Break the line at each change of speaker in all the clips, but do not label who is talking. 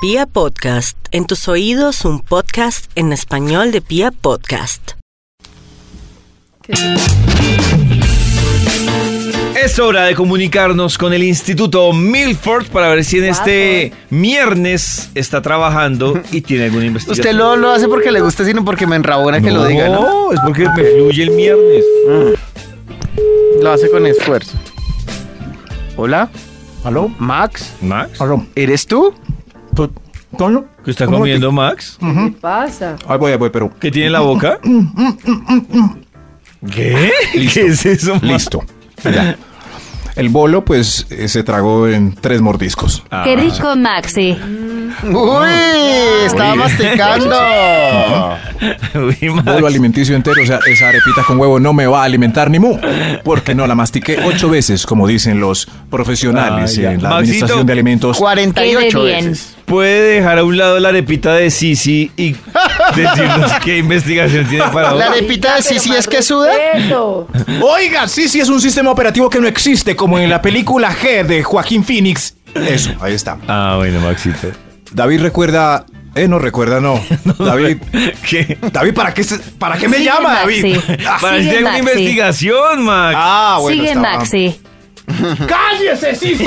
Pia Podcast, en tus oídos un podcast en español de Pia Podcast.
Es hora de comunicarnos con el Instituto Milford para ver si en este viernes está trabajando y tiene alguna investigación.
Usted lo, lo hace porque le gusta, sino porque me enrabona que lo diga, ¿no?
No, es porque me fluye el viernes.
Lo hace con esfuerzo. Hola,
¿Aló?
Max,
¿Max?
¿Aló?
¿eres tú?
¿Tú- ¿Toño?
¿Qué está
Un
comiendo Max?
pasa?
momentico. Ahí voy, ahí voy, pero...
¿Qué tiene en la boca?
Mm,
¿Qué? ¿Qué es eso, Max?
Listo. Ya. El bolo, pues, eh, se tragó en tres mordiscos.
Ah,
Qué rico, Maxi.
Uy, estaba
Uy.
masticando.
uy, Max.
Bolo alimenticio entero, o sea, esa arepita con huevo no me va a alimentar ni mu. Porque no la mastiqué ocho veces, como dicen los profesionales
Ah, ya.
en la
Maxito.
administración de alimentos.
48
Qué de bien.
veces.
¿Puede dejar a un lado la arepita de Sisi y decirnos qué investigación tiene para hoy?
La arepita de Sisi es que suda.
Eso.
Oiga, sí, sí, es un sistema operativo que no existe, como en la película G de Joaquín Phoenix. Eso, ahí está.
Ah, bueno, Maxito.
David recuerda... Eh, no recuerda, no. David...
¿Qué?
David, ¿para qué, se- ¿para qué me
Sigue,
llama,
Maxi.
David? Ah,
Para
Sigue,
hacer una
Maxi.
investigación, Max.
Ah, bueno,
Sigue,
estaba-
Maxi.
¡Cállese, Sisi!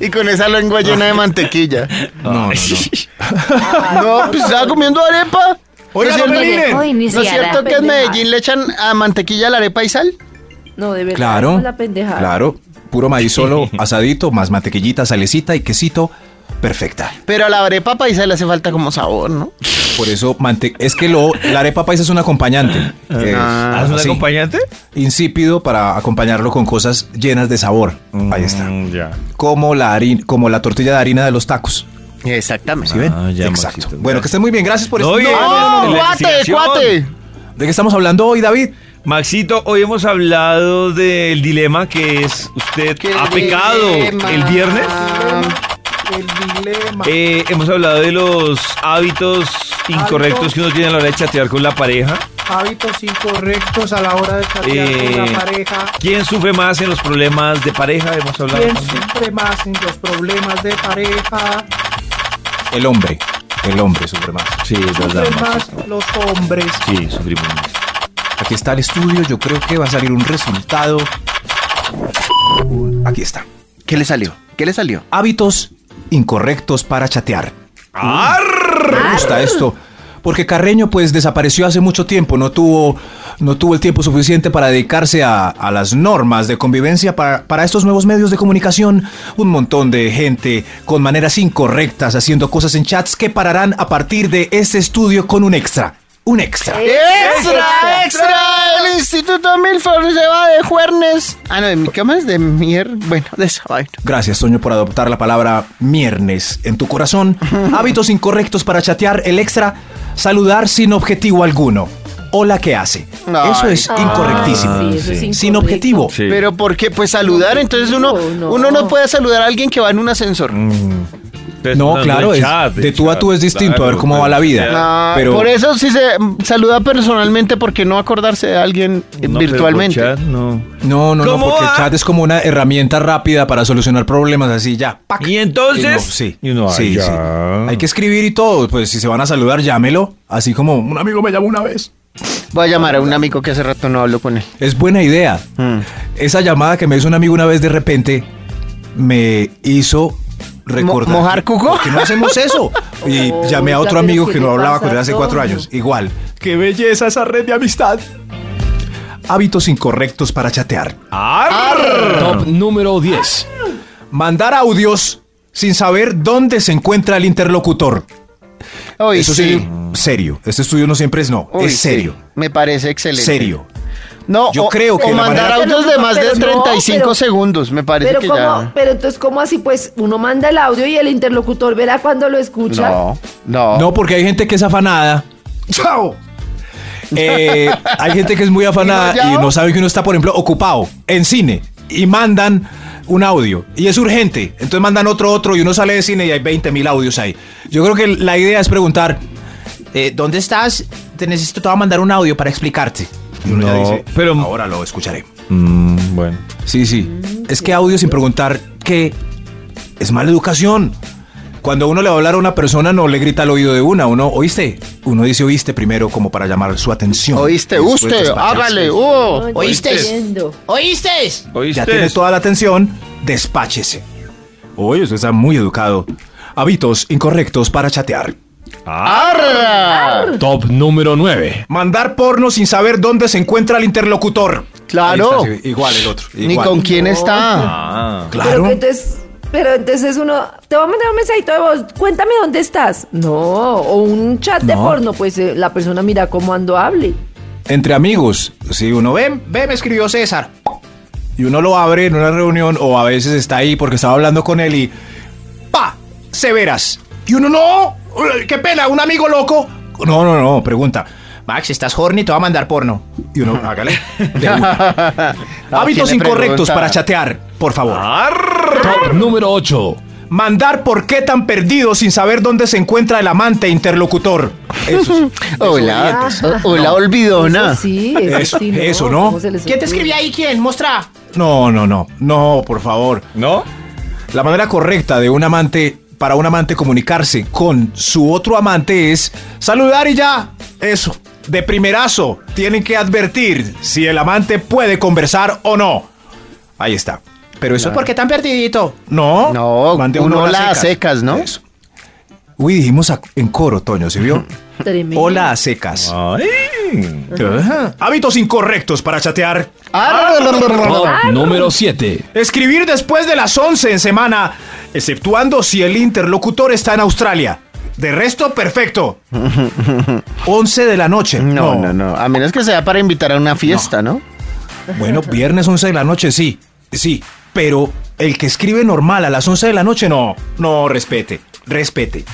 Y con esa lengua llena de mantequilla.
No, no, no.
No, pues estaba comiendo arepa.
Oiga,
¿No es
no me
cierto-
miren.
Hoy
¿No es cierto
iniciará.
que en Medellín le echan a mantequilla la arepa y sal?
No, de verdad.
Claro,
es La pendejada.
claro. Puro maíz solo, asadito, más mantequillita, salecita y quesito. Perfecta.
Pero a la arepa paisa le hace falta como sabor, ¿no?
Por eso, mante- es que lo, la arepa paisa es un acompañante. Ah, Es
¿Haz un
así,
acompañante?
Insípido para acompañarlo con cosas llenas de sabor. Ahí está.
Mm, ya.
Como la, harin- como la tortilla de harina de los tacos.
Exactamente.
¿Sí ven?
Ah, ya,
Exacto.
Maxito,
bueno,
gracias.
que estén muy bien. Gracias por este-
No,
esto.
oye,
Ah,
¡Oh,
La
cuate,
investigación.
cuate!
¿De qué estamos hablando hoy, David?
Maxito, hoy hemos hablado del dilema que es usted
¿Qué
ha pecado
dilema?
el viernes. Eh, hemos hablado de los hábitos incorrectos que uno tiene a la hora de chatear con la pareja.
hábitos incorrectos a la hora de chatear con
Eh,
la pareja.
¿Quién sufre más en los problemas de pareja? Hemos hablado.
¿Quién
también.
sufre más en los problemas de pareja?
El hombre. El hombre sufre más.
Sí, es verdad.
Sufren
Max.
más los hombres.
Sí, sufrimos más.
Aquí está el estudio, yo creo que va a salir un resultado. Aquí está.
¿Qué le salió? ¿Qué le salió?
Hábitos incorrectos para chatear. Me gusta esto. Porque Carreño pues desapareció hace mucho tiempo, no tuvo, no tuvo el tiempo suficiente para dedicarse a, a las normas de convivencia para, para estos nuevos medios de comunicación. Un montón de gente con maneras incorrectas haciendo cosas en chats que pararán a partir de este estudio con un extra. Un extra.
¡Extra, extra! El Instituto Milford se va de juernes. Ah, no, de mi cama es de mier... Bueno, de esa vaina.
Gracias, Toño, por adoptar la palabra miernes en tu corazón. Hábitos incorrectos para chatear el extra. Saludar sin objetivo alguno. Hola, ¿qué hace?
Ay.
Eso es
Ay,
incorrectísimo.
sí, eso es
Sin
incorrecto.
objetivo.
Sí.
Pero ¿por qué? Pues saludar, entonces uno
No, no.
uno no puede saludar a alguien que va en un ascensor.
Entonces,
No,
hablando
claro,
de
es-
chat, de
de tú a
chat,
tú es distinto, a ver
claro,
cómo va la vida.
claro.
Ah,
pero-
Por eso si se mm, saluda personalmente, porque no acordarse de alguien eh,
No, pero
virtualmente?
por chat, no.
No, no, no,
¿Cómo
porque
va?
el chat es como una herramienta rápida para solucionar problemas así ya. ¡pac!
¿Y entonces?
Y no, sí.
Y uno, ay,
sí,
ya.
sí. Hay que escribir y todo. Pues si se van a saludar, llámelo. Así como un amigo me llamó una vez.
Voy a llamar a un amigo que hace rato no hablo con él. Mm.
Es buena idea. Esa llamada que me hizo un amigo una vez de repente me hizo recordar.
Mo- ¿mojar
que-
cuco?
Que no hacemos eso. Y
Oh,
llamé a otro
ya, pero
amigo
¿qué
que no
le
hablaba
pasa
con él hace
a
cuatro
Toño?
años. Igual. ¡Qué belleza esa red de amistad! Hábitos incorrectos para chatear.
Top número 10.
Mandar audios sin saber dónde se encuentra el interlocutor.
Hoy
Eso sí, serio. Este estudio no siempre es no.
Uy,
es
sí.
serio.
Me parece excelente.
Serio.
No,
Yo
o-
creo que
o
la
mandar
manera-
audios de
Pero no,
más de
pero no,
35
pero-
segundos, me parece
Pero,
que
¿cómo-
ya.
pero entonces, ¿cómo así? Pues uno manda el audio y el interlocutor verá cuando lo escucha.
No, no.
No, porque hay gente que es afanada. ¡Chao! Eh, hay gente que es
¿Y
muy
no
afanada y
llama?
no sabe que uno está, por ejemplo, ocupado en cine y mandan un audio y es urgente. Entonces mandan otro, otro y uno sale de cine y hay 20 mil audios ahí. Yo creo que la idea es preguntar: eh, ¿Dónde estás? Te necesito, te voy a mandar un audio para explicarte. Y uno ya
No,
dice,
pero-
ahora lo escucharé.
Mm, bueno.
Sí, sí. Es que audio sin preguntar qué es mala educación. Cuando uno le va a hablar a una persona, no le grita al oído de una. Uno, ¿oíste? Uno dice oíste primero como para llamar su atención.
Oíste,
Y después
usted, Ah,
despacharse.
hágale, uh.
No entiendo.
¿Oíste?
¿Oíste?
Ya tiene toda la atención, despáchese. Oye, usted está muy educado. Hábitos incorrectos para chatear.
¡Arra!
Top número 9.
Mandar porno sin saber dónde se encuentra el interlocutor.
Claro.
Ahí está, sí, igual el otro.
Ni
igual.
con quién
No.
está.
Ah.
Pero
Claro.
que entonces, pero entonces uno, te voy a mandar un mensajito de voz, cuéntame dónde estás. No, o un chat de
No.
porno, pues eh, la persona mira cómo ando hable.
Entre amigos. Si uno ve, ve, me escribió César. Y uno lo abre en una reunión o a veces está ahí porque estaba hablando con él y. ¡Pa! Severas. Y uno no. ¡Qué pena! Un amigo loco. No, no, no. Pregunta. Max, ¿estás horny? Te va a mandar porno. Y uno, hágale. De una.
No,
Ah, Hábitos
¿quién le
incorrectos
pregunta?
para chatear, por favor.
Top número 8.
Mandar por qué tan perdido sin saber dónde se encuentra el amante interlocutor. Eso sí.
Hola.
Desobedientes.
o- Hola, olvidona.
Eso sí, eso,
Eso-
sí,
eso, ¿no?
¿Cómo se les
¿Quién te
ocurre?
escribió ahí? ¿Quién? Mostra.
No, no, no. No, por favor.
¿No?
La manera correcta de un amante, para un amante comunicarse con su otro amante es saludar y ya. Eso. De primerazo, tienen que advertir si el amante puede conversar o no. Ahí está. Pero eso
¿Por qué tan perdidito?
No.
No,
Mande
uno
hola
hola a secas, ¿no?
Eso. Uy, dijimos a- en coro, Toño, ¿se vio?
Tremendo.
Hola a secas.
Ay.
Ajá. Hábitos incorrectos para chatear.
Ah,
Top
Arra.
número 7.
Escribir después de las 11 en semana, exceptuando si el interlocutor está en Australia. De resto, perfecto. 11 de la noche.
No, no, no. A menos que sea para invitar a una fiesta, ¿no?
Bueno, viernes 11 de la noche, sí. Sí. Pero el que escribe normal a las 11 de la noche, no. No, respete. Respete.
Eh.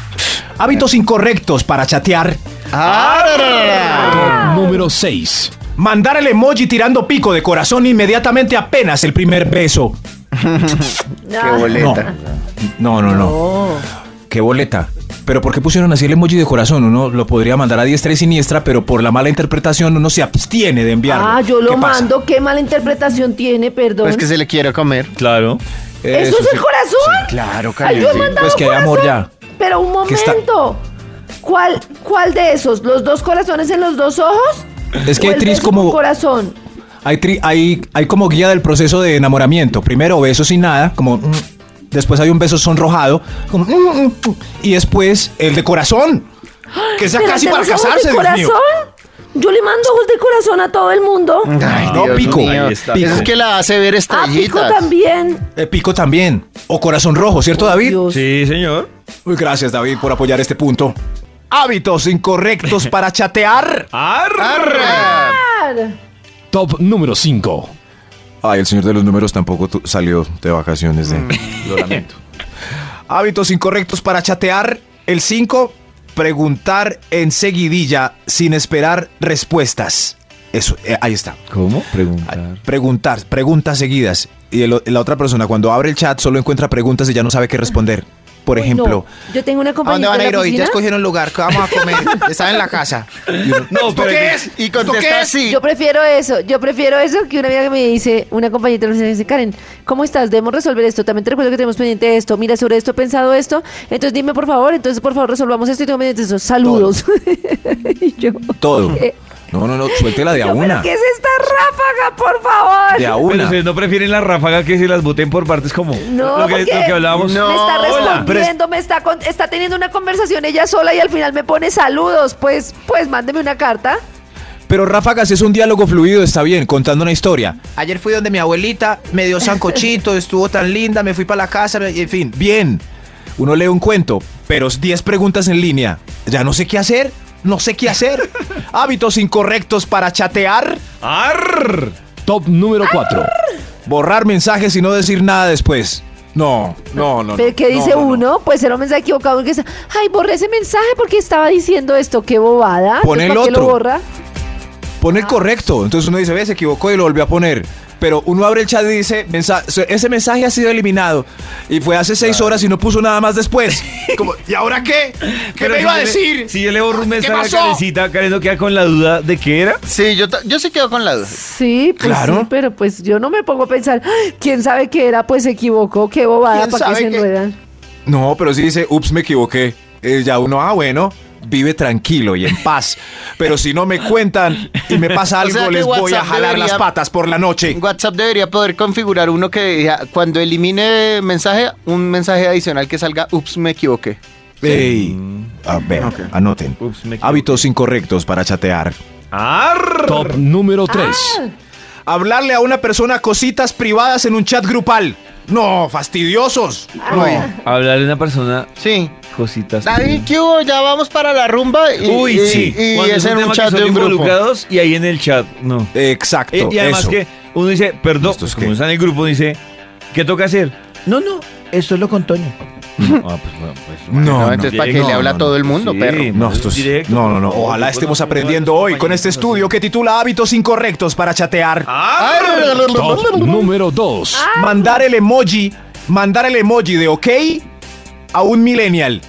Hábitos incorrectos para chatear. Ah.
Arra.
Top número 6.
Mandar el emoji tirando pico de corazón inmediatamente apenas el primer beso.
Ah,
Qué boleta.
No, no, no.
No.
Qué boleta. Pero ¿por qué pusieron así el emoji de corazón? Uno lo podría mandar a diestra y siniestra, pero por la mala interpretación uno se abstiene de enviarlo.
Ah, yo lo
¿Qué pasa?
mando, qué mala interpretación tiene, perdón.
Es pues que se le quiere comer.
Claro.
¿Eso, es
sí.
el corazón?
Sí, claro,
Ay, yo he
sí.
mandado
Pues que hay amor ya.
corazón, Pero un
Que está-
momento. ¿Cuál, ¿Cuál de esos? ¿Los dos corazones en los dos ojos?
Es que
¿O
hay
el
tris
beso con
como-
corazón.
Hay, tri- hay, hay como guía del proceso de enamoramiento. Primero beso sin nada, como... mm. Después hay un beso sonrojado, como... mm, mm, mm. Y después el de corazón, que sea
Pero
casi para
¿tenemos ojos
casarse,
de
Dios mío.
corazón? Yo le mando ojos de corazón a todo el mundo.
Ay,
no,
Dios
pico.
mío.
Ahí está.
Eso es que la hace ver
A Ah, Pico
estrellitas.
también.
Eh, pico también. O corazón rojo, ¿cierto, David?
Dios.
Sí, señor.
Uy, gracias, David, por apoyar este punto. Hábitos incorrectos para chatear.
Arra.
Top número 5.
Ay, el señor de los números tampoco tu- salió de vacaciones. ¿eh? Lo lamento. Hábitos incorrectos para chatear. El 5, preguntar enseguidilla sin esperar respuestas. Eso, eh, ahí está.
¿Cómo?
Ay,
Preguntar.
Preguntar, preguntas seguidas. Y el o- la otra persona cuando abre el chat solo encuentra preguntas y ya no sabe qué responder. Por
Uy,
ejemplo,
no. Yo tengo una compañera
un lugar, ¿qué vamos a comer? Estaba en la casa.
No, pero
Y contesta así.
Yo prefiero eso, yo prefiero eso que una amiga que me dice, una compañera me dice, Karen, ¿cómo estás? Debemos resolver esto. También te recuerdo que tenemos pendiente esto. Mira, sobre esto he pensado esto. Entonces dime, por favor, entonces por favor resolvamos esto y tengo pendiente eso. Saludos. y yo,
Todo.
Eh,
No, no, no, suéltela de a
yo, ¿pero
una.
¿Qué es esta ráfaga, por favor?
De a
Pero
una.
ustedes no prefieren la ráfaga que se las boten por partes como
No,
lo, que, lo
porque
que hablábamos.
me está
Hola.
respondiendo, me está, con- está teniendo una conversación ella sola y al final me pone saludos. Pues, pues, mándeme una carta.
Pero ráfagas es un diálogo fluido, está bien, contando una historia.
Ayer fui donde mi abuelita, me dio sancochito, estuvo tan linda, me fui para la casa, en fin.
Bien, uno lee un cuento, pero 10 preguntas en línea. Ya no sé qué hacer, no sé qué hacer. Hábitos incorrectos para chatear,
Arr.
Top número 4.
borrar mensajes y no decir nada después. No, no, no.
Pero ¿qué
no,
dice
no, no.
uno? Pues era un mensaje equivocado. porque está, Ay, borré ese mensaje porque estaba diciendo esto. Qué bobada.
Pon
Entonces,
el
¿para qué
otro.
lo borra?
Pone
Ah.
el correcto. Entonces uno dice, ve, se equivocó y lo volvió a poner. Pero uno abre el chat y dice, "Mensa- ese mensaje ha sido eliminado. Y fue hace seis horas y no puso nada más después. Como, ¿y ahora qué? ¿Qué
Pero
me
si
iba a
yo le-
decir?
si yo le borro un mensaje a
pasó?
Karencita, Karen no queda con la duda de qué era.
Sí, yo, ta- yo sí quedo con la duda.
Sí, pues
Claro.
sí, pero pues yo no me pongo a pensar, "Ay, ¿quién sabe qué era? Pues se equivocó, qué bobada,
¿Quién
¿para qué
sabe
se
qué?
enredan?
No, pero si dice, ups, me equivoqué. eh, ya uno, ah, bueno, vive tranquilo y en paz. Pero si no me cuentan y me pasa
O
algo,
sea que
les voy a
WhatsApp
jalar
debería-
las patas por la noche.
WhatsApp debería poder configurar uno que diga, cuando elimine mensaje, un mensaje adicional que salga, ups, me equivoqué.
Ey, a ver, anoten.
Ups, me equivoqué.
Hábitos incorrectos para chatear.
Arr.
Top número 3.
Ah. Hablarle a una persona cositas privadas en un chat grupal. No, fastidiosos.
Ah.
No.
Hablarle a una persona
Sí.
cositas.
David, ¿qué hubo? Ya vamos para la rumba. Y,
Uy,
y-
sí.
Y,
Cuando
es en
tema
un
que
chat
son
de un grupo.
involucrados y ahí en el chat, no.
Exacto.
Eh, y además
eso.
que uno dice, perdón,
¿Esto es
como
qué?
está en el grupo, dice, ¿qué toca hacer? No, no, eso es lo con Toño. ah, pues bueno, pues.
No,
No,
no,
entonces, ¿para
no,
qué le
no,
habla a
no,
todo
no.
el mundo,
Sí.
perro?
No, esto es- pues,
Directo,
no,
por
no, no.
favor,
Ojalá
con todos
estemos
los
aprendiendo hoy
compañeros,
con este
así.
estudio que titula Hábitos incorrectos para chatear.
Ah.
Top número 2.
Mandar el emoji, mandar el emoji de OK a un millennial.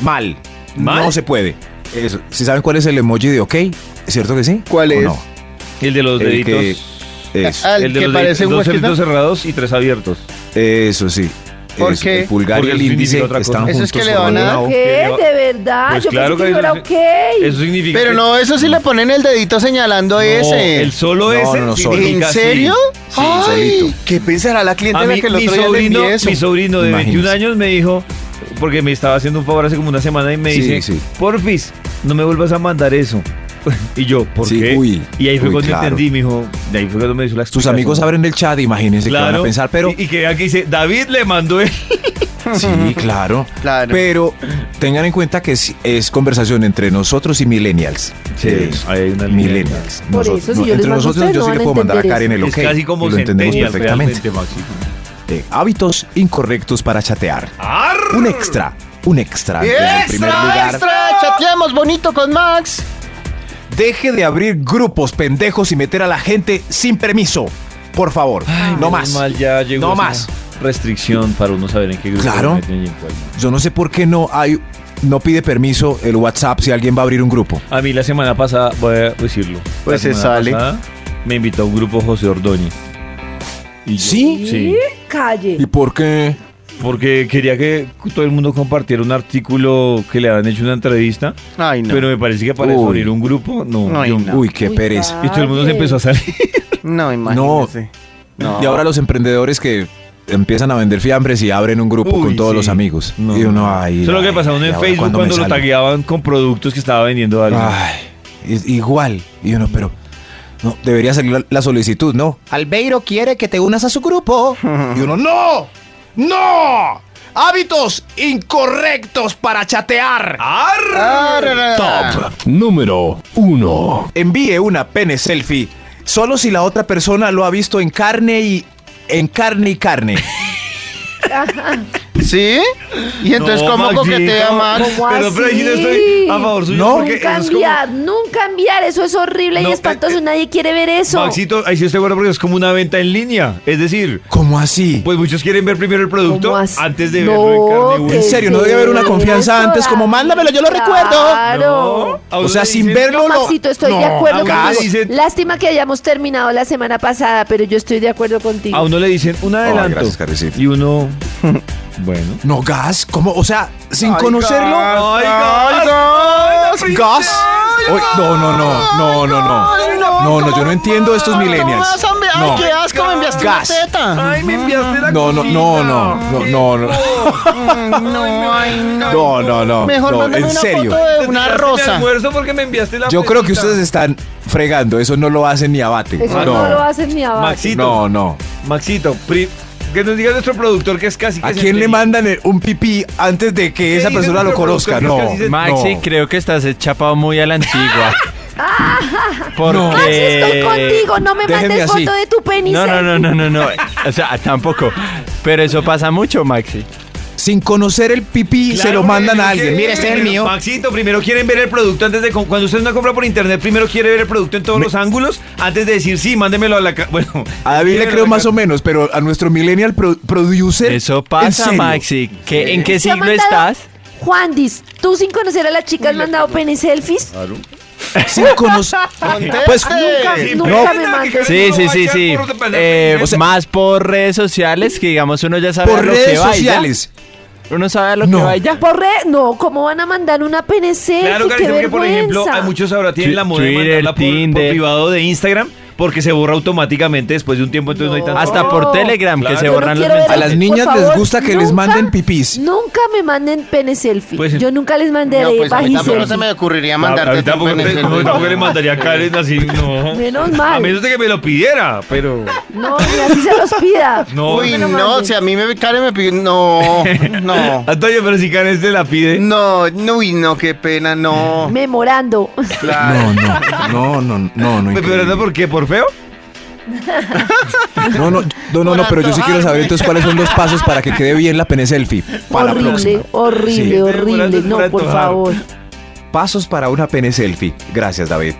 Mal.
¿Mal?
No se puede. Eso. ¿Sí saben cuál es el emoji de OK? ¿Es cierto que sí?
¿Cuál
¿O
es?
no?
El de los
El que-
deditos.
Eso.
Al
el de
que
los
parece
deditos,
un
dos
huesquito.
deditos cerrados y tres abiertos.
Eso sí.
¿Por
Eso,
qué?
El pulgar
Porque
y el
significa
índice
otra cosa.
están
Eso es
juntos
que le
por
van
un
a-
lado.
¿Qué? ¿De verdad?
Pues
Yo
claro
pensé que
que
no era
eso-
ok.
Eso significa.
Pero
que-
no, eso sí le ponen el dedito señalando
No,
ese.
El solo
No,
ese.
no, no, solo.
significa
¿En
sí.
serio?
Sí,
Ay,
solito.
¿Qué pensará la cliente
A
de la
mí,
que el
mi,
otro día le
sobrino,
envié eso?
mi sobrino de
Imagínese.
21 años me dijo, porque me estaba haciendo un favor hace como una semana y me
Sí,
dice,
sí.
porfis, no me vuelvas a mandar eso. Y yo, ¿por
Sí,
qué?
uy,
y ahí fue
uy,
cuando
claro.
entendí, me dijo, de ahí fue cuando me hizo la
Tus
explicación.
amigos abren el chat, imagínense que van a pensar, pero
Y, y que vean que dice, David le mandó él.
sí, claro,
Claro.
Pero tengan en cuenta que es, es conversación entre nosotros y millennials. Eh,
Sí, ahí hay una línea.
millennials.
Por eso, si yo les
entre
mando a
nosotros
ustedes,
yo
no
sí
van
le
a
puedo mandar a
entender
Karen el
es
ok.
casi como
y lo entendemos
centennial
perfectamente.
realmente, Maxi.
Eh, hábitos incorrectos para chatear.
¡Arr!
Un extra, un extra. antes del primer lugar.
extra, chateamos bonito con Max.
Deje de abrir grupos pendejos y meter a la gente sin permiso. Por favor, no
Menos
más.
mal, ya llegó
No
esa
más.
Restricción para uno saber en qué grupo
Claro.
se meten y en cuál no.
Yo no sé por qué no hay no pide permiso el WhatsApp si alguien va a abrir un grupo.
A mí la semana pasada, voy a decirlo.
Pues
la
se
semana
sale.
pasada me invitó a un grupo José Ordóñez. Y yo-
¿Sí?
Sí.
Calle.
¿Y por qué?
Porque quería que todo el mundo compartiera un artículo que le habían hecho una entrevista.
Ay, no.
Pero me parece que para
Uy.
eso abrir un grupo, no.
No,
yo-
y no.
Uy, qué
Uy,
pereza.
Y todo el mundo se
calle.
empezó a salir.
No, imagínese. No.
Y ahora los emprendedores que empiezan a vender fiambres y abren un grupo
Uy,
con todos
sí.
los amigos.
No.
Y uno ay,
Eso es lo que
ay,
pasaba uno
¿y
en
ahora
Facebook
cuándo
cuando
me
lo
Ah. salgo?
tagueaban con productos que estaba vendiendo alguien.
Ay, i- igual. Y uno, pero no, debería salir la, la solicitud, ¿no?
Albeiro quiere que te unas a su grupo.
Y uno, ¡no! ¡No! Hábitos incorrectos para chatear.
Ah, ra, ra, ra.
Top número 1.
Envíe una pene selfie solo si la otra persona lo ha visto en carne y en carne y carne.
¿Sí? ¿Y entonces
No,
cómo
Maxito.
coquetea Max?
¿Cómo
Pero, pero
así?
yo no estoy a favor suyo.
No.
porque
Nunca
eso es como-
cambiar, nunca cambiar. Eso es horrible
No,
y
eh,
espantoso.
eh,
Nadie quiere ver eso.
Maxito, ahí sí estoy bueno porque es como una venta en línea. Es decir,
¿Cómo así?
Pues muchos quieren ver primero el producto
¿Cómo así?
antes de
No,
verlo en carne y
¿qué
En
hueso.
serio, no debe haber una
es
confianza
eso,
antes, como,
David?
"Mándamelo, yo lo recuerdo".
Claro.
No.
O sea, sin
verlo
verlo lo-
Maxito, estoy de
No,
acuerdo
a uno le
contigo.
dicen-
Lástima que hayamos terminado la semana pasada, pero yo estoy de acuerdo contigo.
A uno le dicen un adelanto.
gracias, Karencita.
y uno. Bueno.
No, gas, ¿cómo? O sea, sin conocerlo.
¡Ay,
gas! ¡Gas! Oy, no, no, no, no, no, no. No, no, yo no entiendo estos millennials.
¿Cómo vas a enviar?
No.
Ay, qué asco, me enviaste una
Gas.
teta.
¡Ay, me enviaste la
No, no, no, no, no, no, no,
No, ay, no.
no, no, no,
Mejor
no,
mándame
en
una
serio.
foto de una rosa.
almuerzo porque me enviaste la
Yo creo que ustedes están fregando, eso no lo hacen ni abate.
Eso no, lo hacen ni abajo.
Maxito.
No, no.
Maxito, pri- que nos diga nuestro productor que es casi. que
¿A
se
quién le
enteró.
mandan el- un pipí antes de que esa
dice
persona lo
nuestro
conozca?
productor?
No,
Casi se-
Maxi,
no.
creo que estás chapado muy a la antigua.
No.
Maxi,
Eh,
estoy contigo. No me
Déjenme
mandes
así.
foto de tu penis.
No, no, no, no, no, no. O sea, tampoco. Pero eso pasa mucho, Maxi.
Sin conocer el pipí
Claro,
se lo
porque
mandan
primero
a alguien.
quieren-
Mire, este es el mío.
Maxito, primero quieren ver el producto antes de. con- Cuando usted no compra por internet, primero quiere ver el producto en todos los ángulos antes de decir sí, mándemelo a la. ca-". Bueno.
A David le
llévenlo a
creo
la
más
ca-
o menos, pero a nuestro millennial pro- producer.
Eso
¿en
pasa,
serio?
Maxi. ¿Qué- ¿En qué
¿Te ha
siglo
mandado-
estás?
Juandis, tú sin conocer a la chica has mandado pene selfies.
Sin conocer. pues,
Nunca,
Sí,
nunca
pero-
me mandes.
Sí,
no
sí,
va a
sí,
ser
sí.
por depender
Eh,
de-
más por redes sociales, que digamos uno ya sabe a
por
lo
redes
que baila.
sociales.
Uno sabe a lo que va y ya.
Porre, no, ¿cómo van a mandar una PNC?
Claro,
qué
Karen, porque por ejemplo,
vergüenza.
hay muchos ahora tienen
Twi-
la moda de
Twitter,
mandarla por, por
Tinder.
privado de Instagram porque se borra automáticamente después de un tiempo, entonces no, hay tanto.
Hasta por Telegram,
Claro.
que se
Yo
no
borran los
quiero ver
mensajes.
A las
Por
niñas les
favor,
gusta que les
nunca,
manden pipis.
Nunca me manden pene selfie.
Pues,
Yo nunca les mandé
No,
de
pues a mí
paji
tampoco
selfie.
se me ocurriría
A mí
mandarte tu
tampoco,
pene
me-
selfie.
tampoco le mandaría a Karen así, no.
Menos
A
mal.
menos de que me lo pidiera, pero.
No, ni así se los pida.
No.
Uy,
me lo
no,
mandes.
si a mí me Karen me pidió. No, no.
Antonio, pero si Karen te la pide.
No, no, uy, no, qué pena, no.
Memorando.
Claro.
No, no, no, no, no, no.
Pero
increíble.
no, ¿por qué? ¿Por feo?
No, no, no, no, no, pero yo sí quiero saber entonces cuáles son los pasos para que quede bien la pene selfie. Para la próxima.
horrible, horrible,
Sí.
horrible.
Memorando es
No,
para
por
antojar.
favor.
Pasos para una pene selfie. Gracias, David.